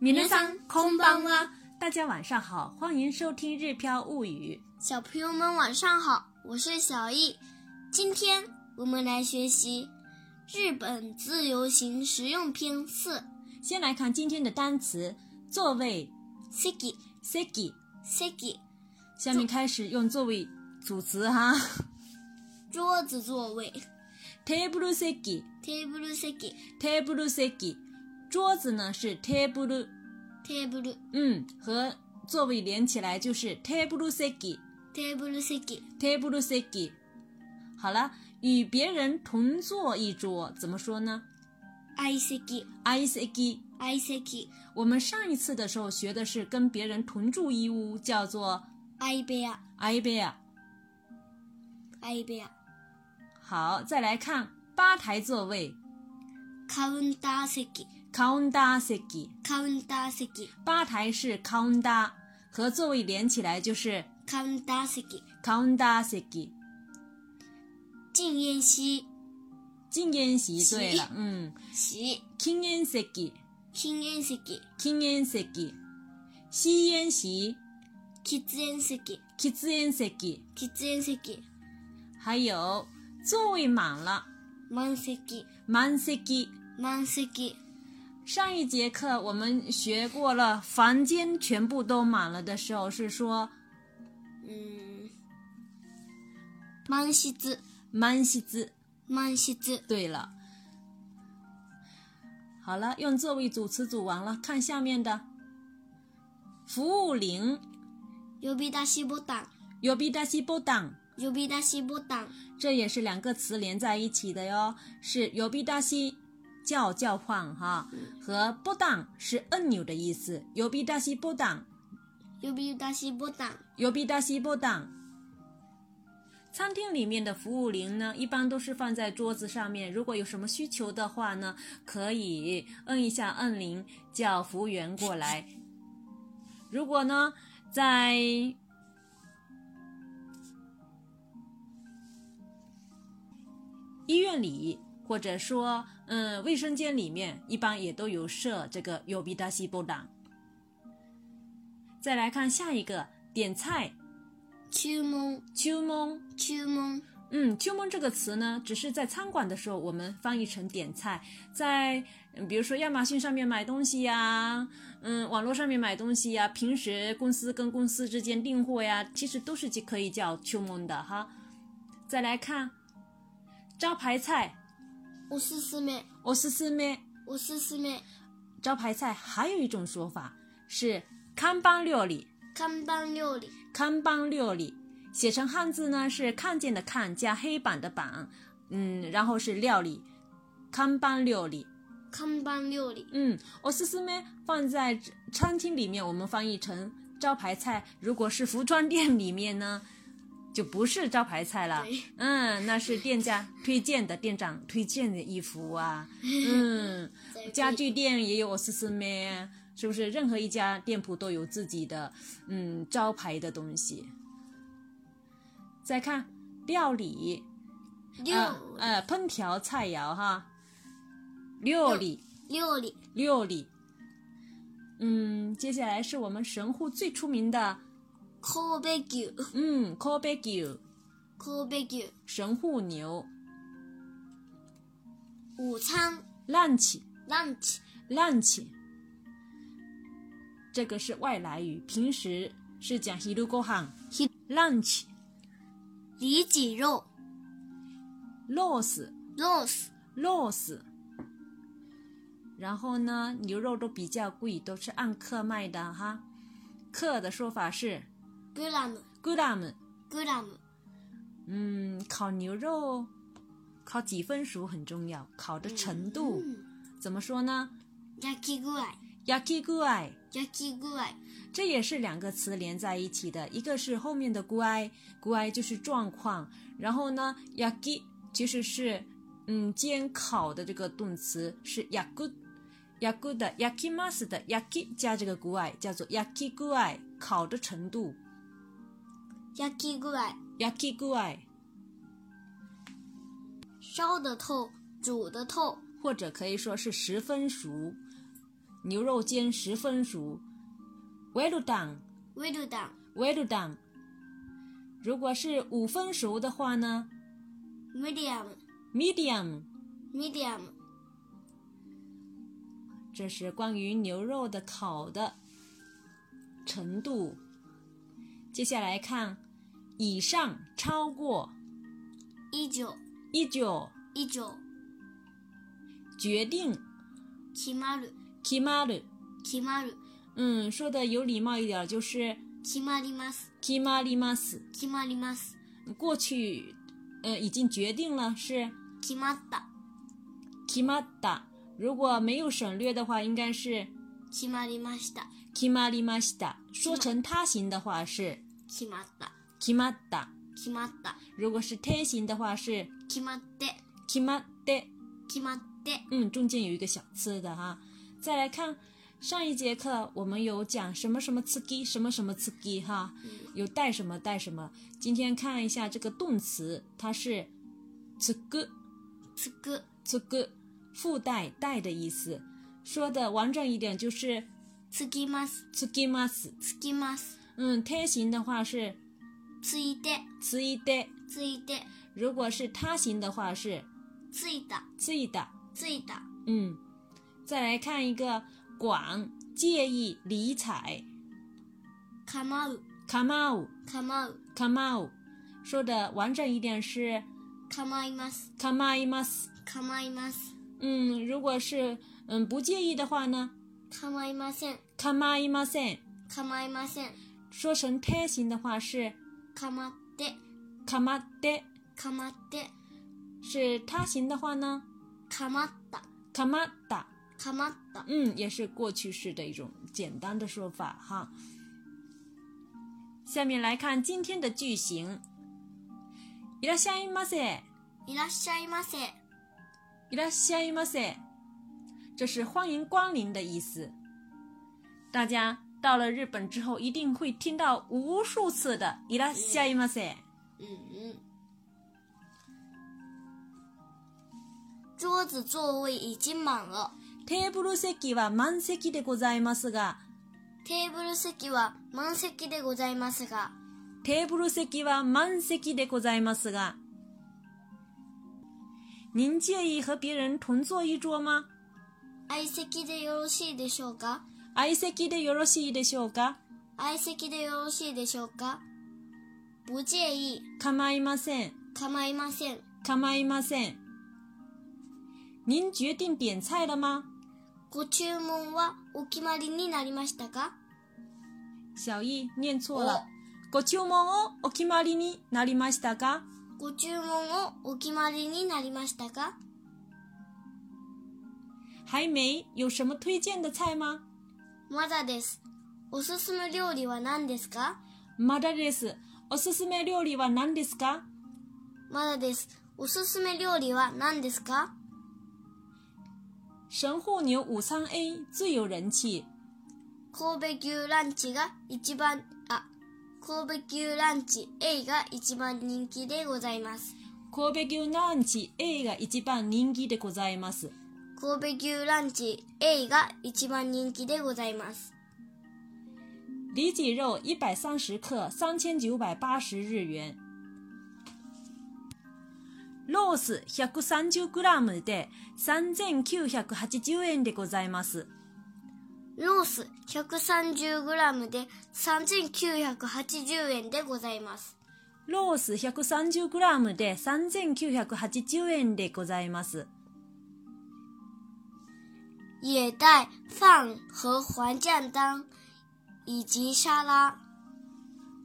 皆さんこんばんは。大家晚上好，欢迎收听《日飘物语小朋友们晚上好，我是小易。今天我们来学习《日本自由行实用篇四》。先来看今天的单词：座位席 （seki）。席下面开始用座位组词哈。桌子座位 table seki、 table 席 table seki。桌子呢是 table， table 嗯，和座位连起来就是 table seki、 table 席 table seki。好了，与别人同坐一桌怎么说呢愛席？i seki。愛席我们上一次的时候学的是跟别人同住一屋，叫做愛部屋 i b e r 愛部屋好，再来看吧台座位カウンター席 （counter seki）。カウンター席吧台是 counter，和座位连起来就是カウンター席 counter seki。禁煙席禁烟席。席对了，嗯，席禁烟 seki，禁煙席禁烟 seki，吸烟席，喫煙席喫煙 seki，喫煙席还有座位满了満席满 seki。満席上一节课我们学过了，房间全部都满了的时候是说うん満室满室。満室对了，好了，用座位组词组完了，看下面的服务铃呼び出しボタン呼び出しボタン，呼び出しボタン这也是两个词连在一起的哟，是呼び出し叫叫唤哈，和ボタン是按钮的意思，呼び出しボタン。呼び出しボタン有比达西波档。餐厅里面的服务铃呢，一般都是放在桌子上面。如果有什么需求的话呢，可以摁一下摁铃，叫服务员过来。如果呢，在医院里，或者说嗯卫生间里面，一般也都有设这个有比达西波档。再来看下一个，点菜。注文秋蒙，注文嗯，秋蒙这个词呢，只是在餐馆的时候我们翻译成点菜，在嗯比如说亚马逊上面买东西呀，嗯，网络上面买东西呀，平时公司跟公司之间订货呀，其实都是可以叫秋蒙的哈。再来看招牌菜，おすすめ我是四妹。おすすめ招牌菜还有一种说法是看板料理，看板料理看板料理，写成汉字呢是看见的看加黑板的板，嗯，然后是料理，看板料理。看板料理嗯，我思思妹放在餐厅里面，我们翻译成招牌菜；如果是服装店里面呢，就不是招牌菜了。对嗯，那是店家推荐的，店长推荐的衣服啊。嗯。家具店也有思思咩，是不是？任何一家店铺都有自己的嗯招牌的东西。再看料理，料呃呃烹调菜肴哈，料理料理料理。嗯，接下来是我们神户最出名的，神戸牛嗯，Kobe Q 神戸牛神户牛午餐，lunch ランチ lunch，这个是外来语，平时是讲 hiru gohan ひ lunch。リーチロ loss ーロース loss。然后呢，牛肉都比较贵，都是按克卖的哈。克的说法是グラム gram，グラム嗯，烤牛肉烤几分熟很重要，烤的程度、うん怎么说呢焼き具合？yaki guai，焼き具合这也是两个词连在一起的，一个是后面的 guai，guai 就是状况，然后呢，yaki 其实是嗯煎烤的这个动词是 yaku。yaku 的 yakimas 的 yaki 加这个 guai 叫做 yaki guai，烤的程度焼き具合 yaki guai，烧的透煮的透或者可以说是十分熟。牛肉煎十分熟。围炉档，味道档，围炉档。如果是五分熟的话呢 medium ，medium。 medium 这是关于牛肉的烤的程度。接下来看，以上超过一九一九一九决定決まる k i m a r 決まる嗯，说的有礼貌一点儿就是決まります k i m a r i m a s 決まります过去呃已经决定了是決まった k i m a t a 如果没有省略的话，应该是決まりました k i m a r i m a s t a 说成他形的话是決まった k i m a t a 決まった如果是胎形的话是決まって k i m a t e 決まって嗯，中间有一个小刺的哈。再来看上一节课，我们有讲什么什么刺激，什么什么刺激哈，有带什么带什么。今天看一下这个动词，它是刺激つく刺激，附带带的意思。说的完整一点就是つきます刺激 mas。つきます嗯，胎形的话是ついて刺一的，ついて如果是他形的话是ついた刺一的。ついた嗯，再来看一个广，介意理睬。かまう卡玛乌，かまう卡玛乌，说的完整一点是かまいます卡玛伊马斯。かまいます嗯，如果是嗯不介意的话呢，かまいません卡玛伊马森。かまいません说成胎形的话是かまって卡玛德，かまって是他形的话呢，かまった卡玛达。かまった嗯，也是过去式的一种简单的说法哈。下面来看今天的句型。いらっしゃいませ。いらっしゃいませいらっしゃいませ，这是欢迎光临的意思。大家到了日本之后，一定会听到无数次的いらっしゃいませ。うんうん桌子座位已经满了テーブル席は満席でございますが、テーブル席は満席でございますがテーブル席は満席でございますが。您介意和别人同坐一桌吗？相席でよろしいでしょうか相席でよろしいでしょうか？相席でよろしいでしょうか不介意構いません。構いません構いません。您决定点菜了吗？ご注文はお決まりになりましたか小易念错了。ご注文をお決まりになりましたか？ご注文をお決まりになりましたか还没有什么推荐的菜吗？まだですおすすめ料理は何ですかまだです。おすすめ料理は何ですか？まだですおすすめ料理は何ですか神户牛午餐 A 最有人气。神戸牛ランチが一番あ神戸牛ランチ A が一番人気でございます神戸牛ランチ A が一番人気でございます。神戸牛ランチ A が一番人気でございます里脊肉一百三十克，三千九百八十日元。ロース130グラムで3980円でございます。ロース 130g で3980円でございますロース 130g で3980円でございます。也带饭和黄酱汤以及沙拉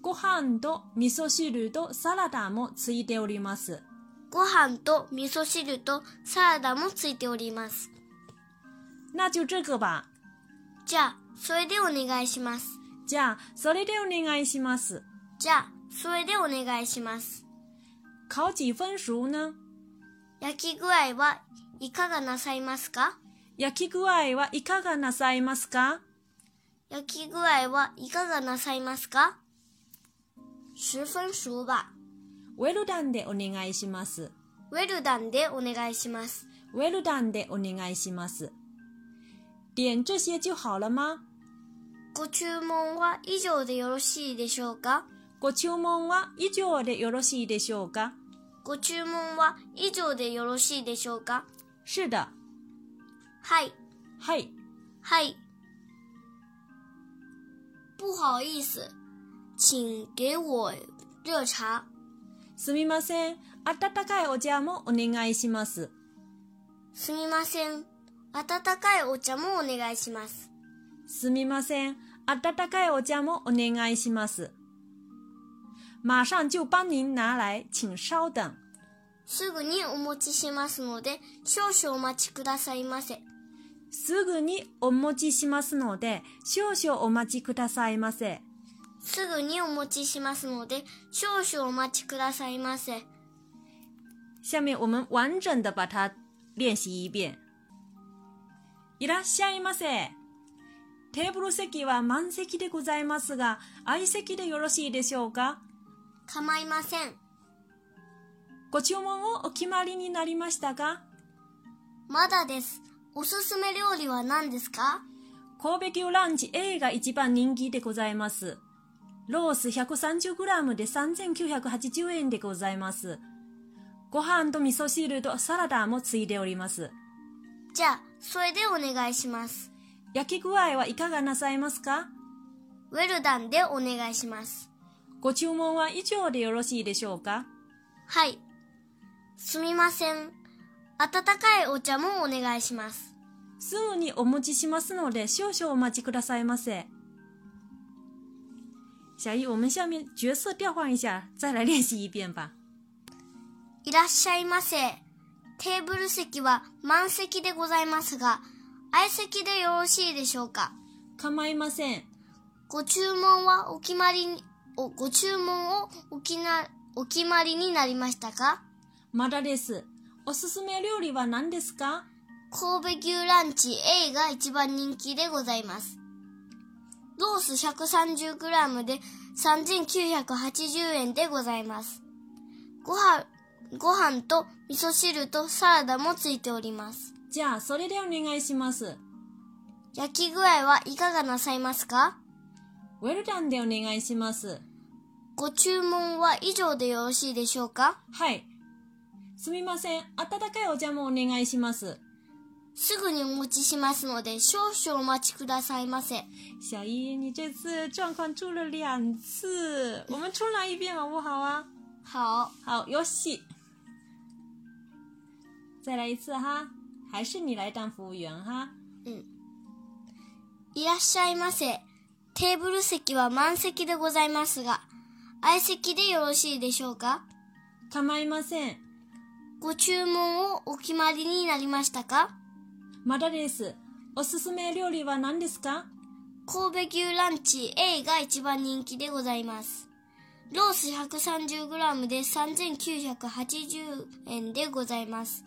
ご飯と味噌汁とサラダもついております。ご飯と味噌汁とサラダもついております那就这个吧。じゃあそれでお願いしますじゃあ、それでお願いします。じゃあそれでお願いします烤几分熟呢焼き具合はいかがなさいますか焼き具合はいかがなさいますか焼き具合はいかがなさいますか十分熟吧ウェルダンでお願いします。ウェルダンでお願いしますウェルダンでお願いします。点这些就好了吗？ご注文は以上でよろしいでしょうかご注文は以上でよろしいでしょうか？ご注文は以上でよろしいでしょうか是的，はい、はい。はい。不好意思，请给我热茶。すみません。温かいお茶もお願いします。すみません。温かいお茶もお願いします。すみません。温かいお茶もお願いします。马上就帮您拿来，请稍等。すぐにお持ちしますので、少々お待ちくださいませ。すぐにお持ちしますので、少々お待ちくださいませ。すぐにお持ちしますので、少々お待ちくださいませ。下面我们完整的把它练习一遍。いらっしゃいませ。テーブル席は満席でございますが、相席でよろしいでしょうか構いません。ご注文をお決まりになりましたかまだです。おすすめ料理は何ですか神戸牛ランチ A が一番人気でございます。ロース 130g で3980円でございます。ご飯と味噌汁とサラダもついております。じゃあ、それでお願いします。焼き具合はいかがなさいますかウェルダンでお願いします。ご注文は以上でよろしいでしょうかはい。すみません。温かいお茶もお願いします。すぐにお持ちしますので少々お待ちくださいませ。小易，我们下面角色调换一下，再来练习一遍吧。いらっしゃいませ。テーブル席は満席でございますが、相席でよろしいでしょうか構いません。ご注文はお決まりに、お、ご注文をおきな、お決まりになりましたかまだです。おすすめ料理は何ですか神戸牛ランチ A が一番人気でございます。ロース 130g で3980円でございます。ご飯、ご飯と味噌汁とサラダもついております。じゃあ、それでお願いします。焼き具合はいかがなさいますかウェルダンでお願いします。ご注文は以上でよろしいでしょうかはい。すみません。温かいお茶もお願いします。すぐにお持ちしますので少々お待ちくださいませ。小一，你这次状况出了两次，我们重来一遍好不好啊？好。好，よし。再来一次哈，还是你来当服务员哈。いらっしゃいませ。テーブル席は満席でございますが、相席でよろしいでしょうか構いません。ご注文をお決まりになりましたかまだです。おすすめ料理は何ですか？神戸牛ランチ A が一番人気でございます。ロース 130g で3980円でございます。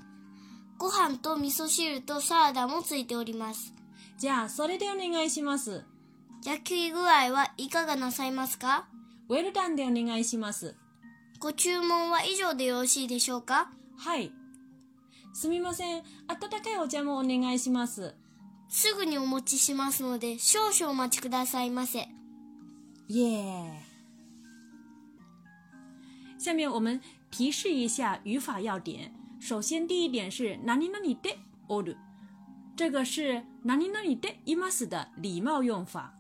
ご飯と味噌汁とサラダもついております。じゃあ、それでお願いします。焼き具合はいかがなさいますかウェルダンでお願いします。ご注文は以上でよろしいでしょうかはい。すみません。温かいお茶もお願いします。すぐにお持ちしますので少々お待ちくださいませ。耶、下面我们提示一下语法要点。首先，第一点是“哪里哪里的 o r 这个是“哪里哪里的 i m a s 的礼貌用法。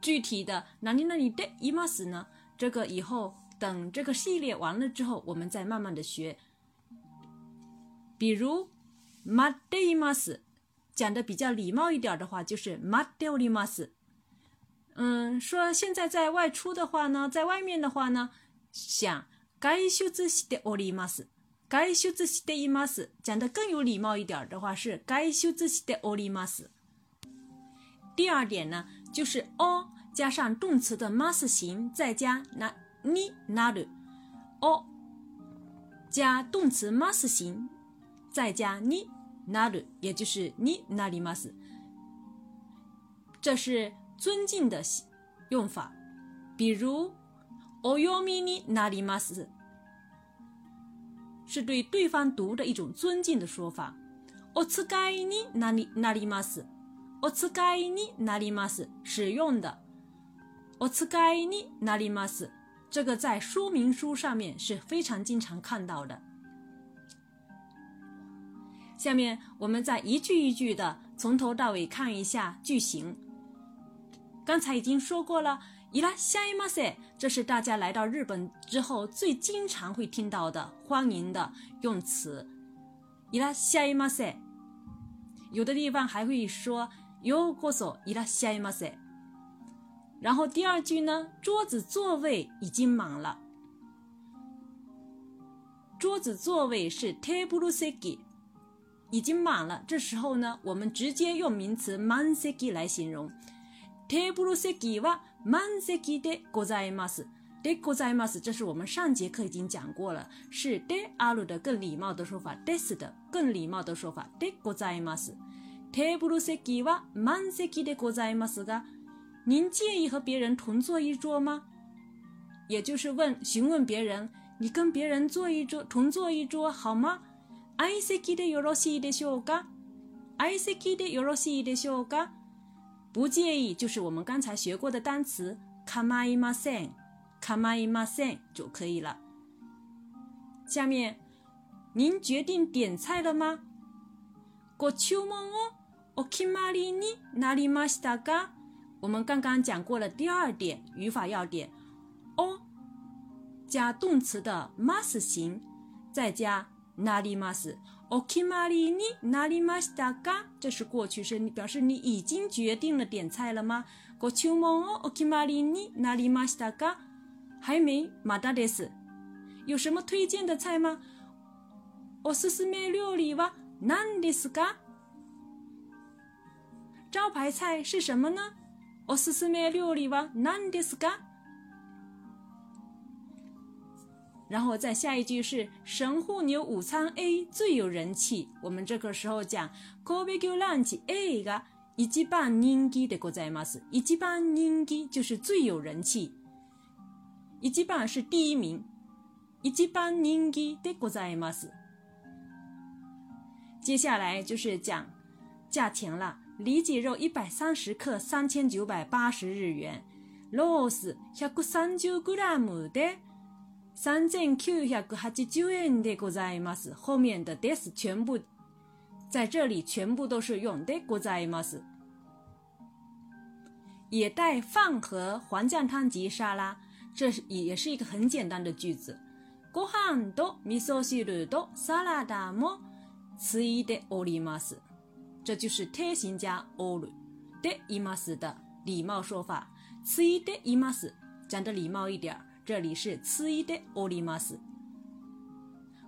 具体的“哪里哪里的 i m a s 呢？这个以后等这个系列完了之后，我们再慢慢的学。比如“までいます”，讲的比较礼貌一点的话，就是“までおります”。嗯，说现在在外出的话呢，在外面的话呢，想外出しております。外出しています，讲的更有礼貌一点儿的话是外出しております。第二点呢，就是お加上动词的 mas 形，再加なになる，お加动词 mas 形，再加になる，也就是になります。这是尊敬的用法。比如，お読みになります，是对对方读的一种尊敬的说法。お使いになりなります，お使いになります，使用的。お使いになります，这个在说明书上面是非常经常看到的。下面我们再一句一句的从头到尾看一下句型。刚才已经说过了，いらっしゃいませ，这是大家来到日本之后最经常会听到的欢迎的用词。いらっしゃいませ。有的地方还会说ようこそいらっしゃいませ。然后第二句呢，桌子座位已经满了。桌子座位是 table seki，已经满了。这时候呢，我们直接用名词満席来形容。table seki は満席でございます。でございます，这是我们上节课已经讲过了，是である的更礼貌的说法，des 的更礼貌的说法，でございます。table 席は満席でございますが，您介意和别人同坐一桌吗？也就是问询问别人，你跟别人坐一桌，同坐一桌好吗？相席でよろしいでしょうか？相席でよろしいでしょうか？不介意就是我们刚才学过的单词構いません、構いません就可以了。下面，您决定点菜了吗？ご注文をお決まりになりましたか？我们刚刚讲过了第二点语法要点，お加动词的 mas 形，再加なります。お決まりになりましたか？这是过去式，表示你已经决定了点菜了吗？ご注文をお決まりになりましたか？还没，まだです。有什么推荐的菜吗？おすすめ料理は何ですか？招牌菜是什么呢？おすすめ料理は何ですか？然后再下一句是神户牛午餐 A 最有人气。我们这个时候讲神戸牛 lunch A が一番人気でございます。一番人気就是最有人气。一番是第一名，一番人気でございます。接下来就是讲价钱了，里脊肉一百三十克三千九百八十日元，ロース百三十グラムで。3980円でございます。后面的 this 全部在这里全部都是用でございます。也带饭和黄酱汤及沙拉，这是也是一个很简单的句子。ご飯と味噌汁とサラダもついております。这就是贴形加おるでいます的礼貌说法。ついています讲的礼貌一点儿，这里是ついております。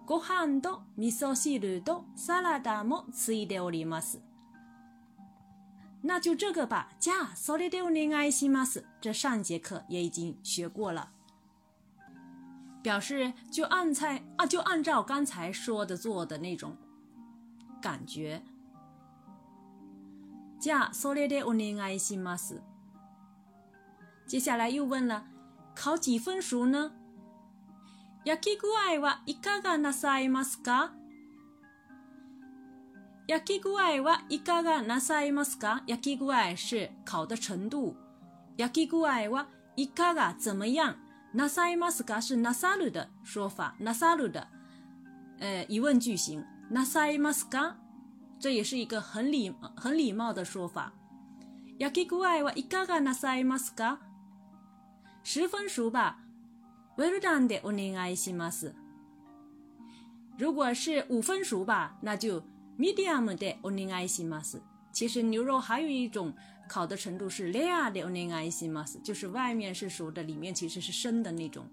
ご飯と味噌汁とサラダもついております。那就这个吧，じゃあそれでお願いします。这上节课也已经学过了。表示就按菜啊，就按照刚才说的做的那种感觉。じゃあそれでお願いします。接下来又问了，考几分熟呢？焼き具合はいかがなさいますか？焼き具合はいかがなさいますか？焼き具合是烤的程度。焼き具合はいかが怎么样？なさいますか是なさる的说法，なさる的，呃，疑问句型。なさいますか？这也是一个很礼很礼貌的说法。焼き具合はいかがなさいますか？十分熟吧。Well done でお願いします。如果是五分熟吧，那就 medium でお願いします。其实牛肉还有一种烤的程度是 rare でお願いします，就是外面是熟的，里面其实是生的那种。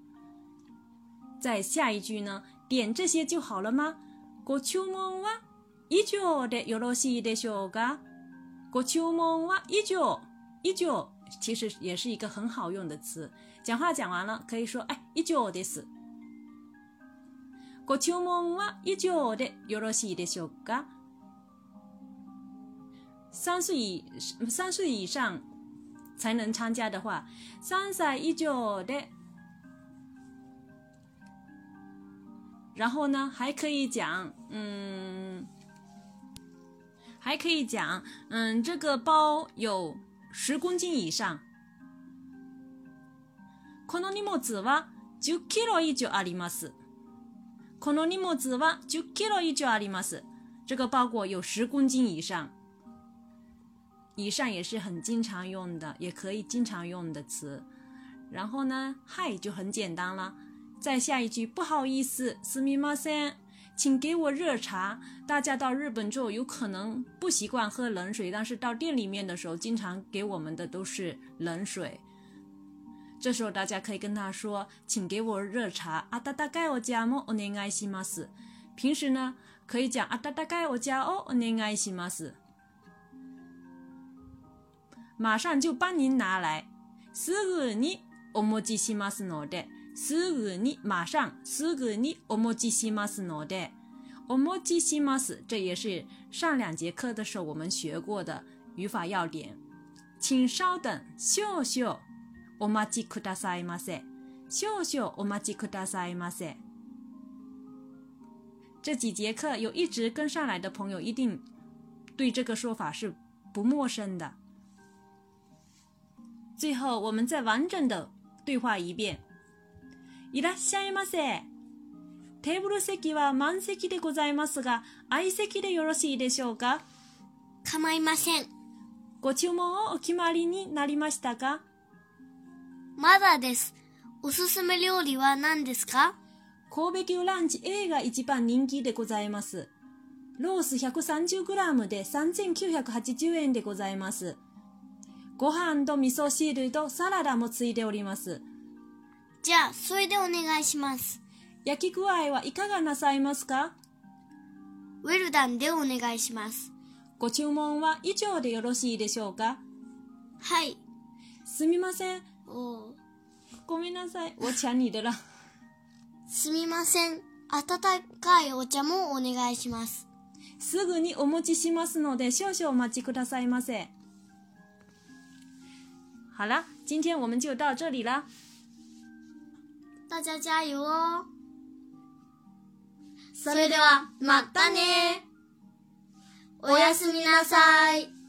再下一句呢，点这些就好了吗？ご注文は以上でよろしいでしょうか？ご注文は以上，以上其实也是一个很好用的词。讲话讲完了，可以说哎，以上です。ご注文は以上でよろしいでしょうか？三岁以三岁以上才能参加的话，三歳以上で。然后呢，还可以讲，嗯，还可以讲，嗯，这个包有十公斤以上。この荷物は10キロ以上あります。この荷物は10キロ以上あります。这个包裹有十公斤以上。以上也是很经常用的，也可以经常用的词。然后呢，嗨就很简单了。再下一句，不好意思，すみません，请给我热茶。大家到日本之后，有可能不习惯喝冷水，但是到店里面的时候，经常给我们的都是冷水。这时候大家可以跟他说，请给我热茶。あたたかいお茶もお願いします。平时呢，可以讲あたたかいお茶をお願いします。马上就帮您拿来。すぐにお持ちしますので、すぐに马上すぐにお持ちしますので、お持ちします这也是上两节课的时候我们学过的语法要点。请稍等，少々お待ちくださいませ。少々お待ちくださいませ。这几节课有一直跟上来的朋友，一定对这个说法是不陌生的。最后，我们再完整的对话一遍。いらっしゃいませ。テーブル席は満席でございますが、相席でよろしいでしょうか構いません。ご注文をお決まりになりましたかまだです。おすすめ料理は何ですか神戸牛ランチ A が一番人気でございます。ロース 130g で3980円でございます。ご飯と味噌汁とサラダもついております。じゃあ、それでお願いします。焼き具合はいかがなさいますかウェルダンでお願いします。ご注文は以上でよろしいでしょうかはい。すみません。おーごめんなさい。我抢你的了。すみません。温かいお茶もお願いします。すぐにお持ちしますので少々お待ちくださいませ。好了，今天我们就到这里了。大家加油哦！それでは、またねおやすみなさい。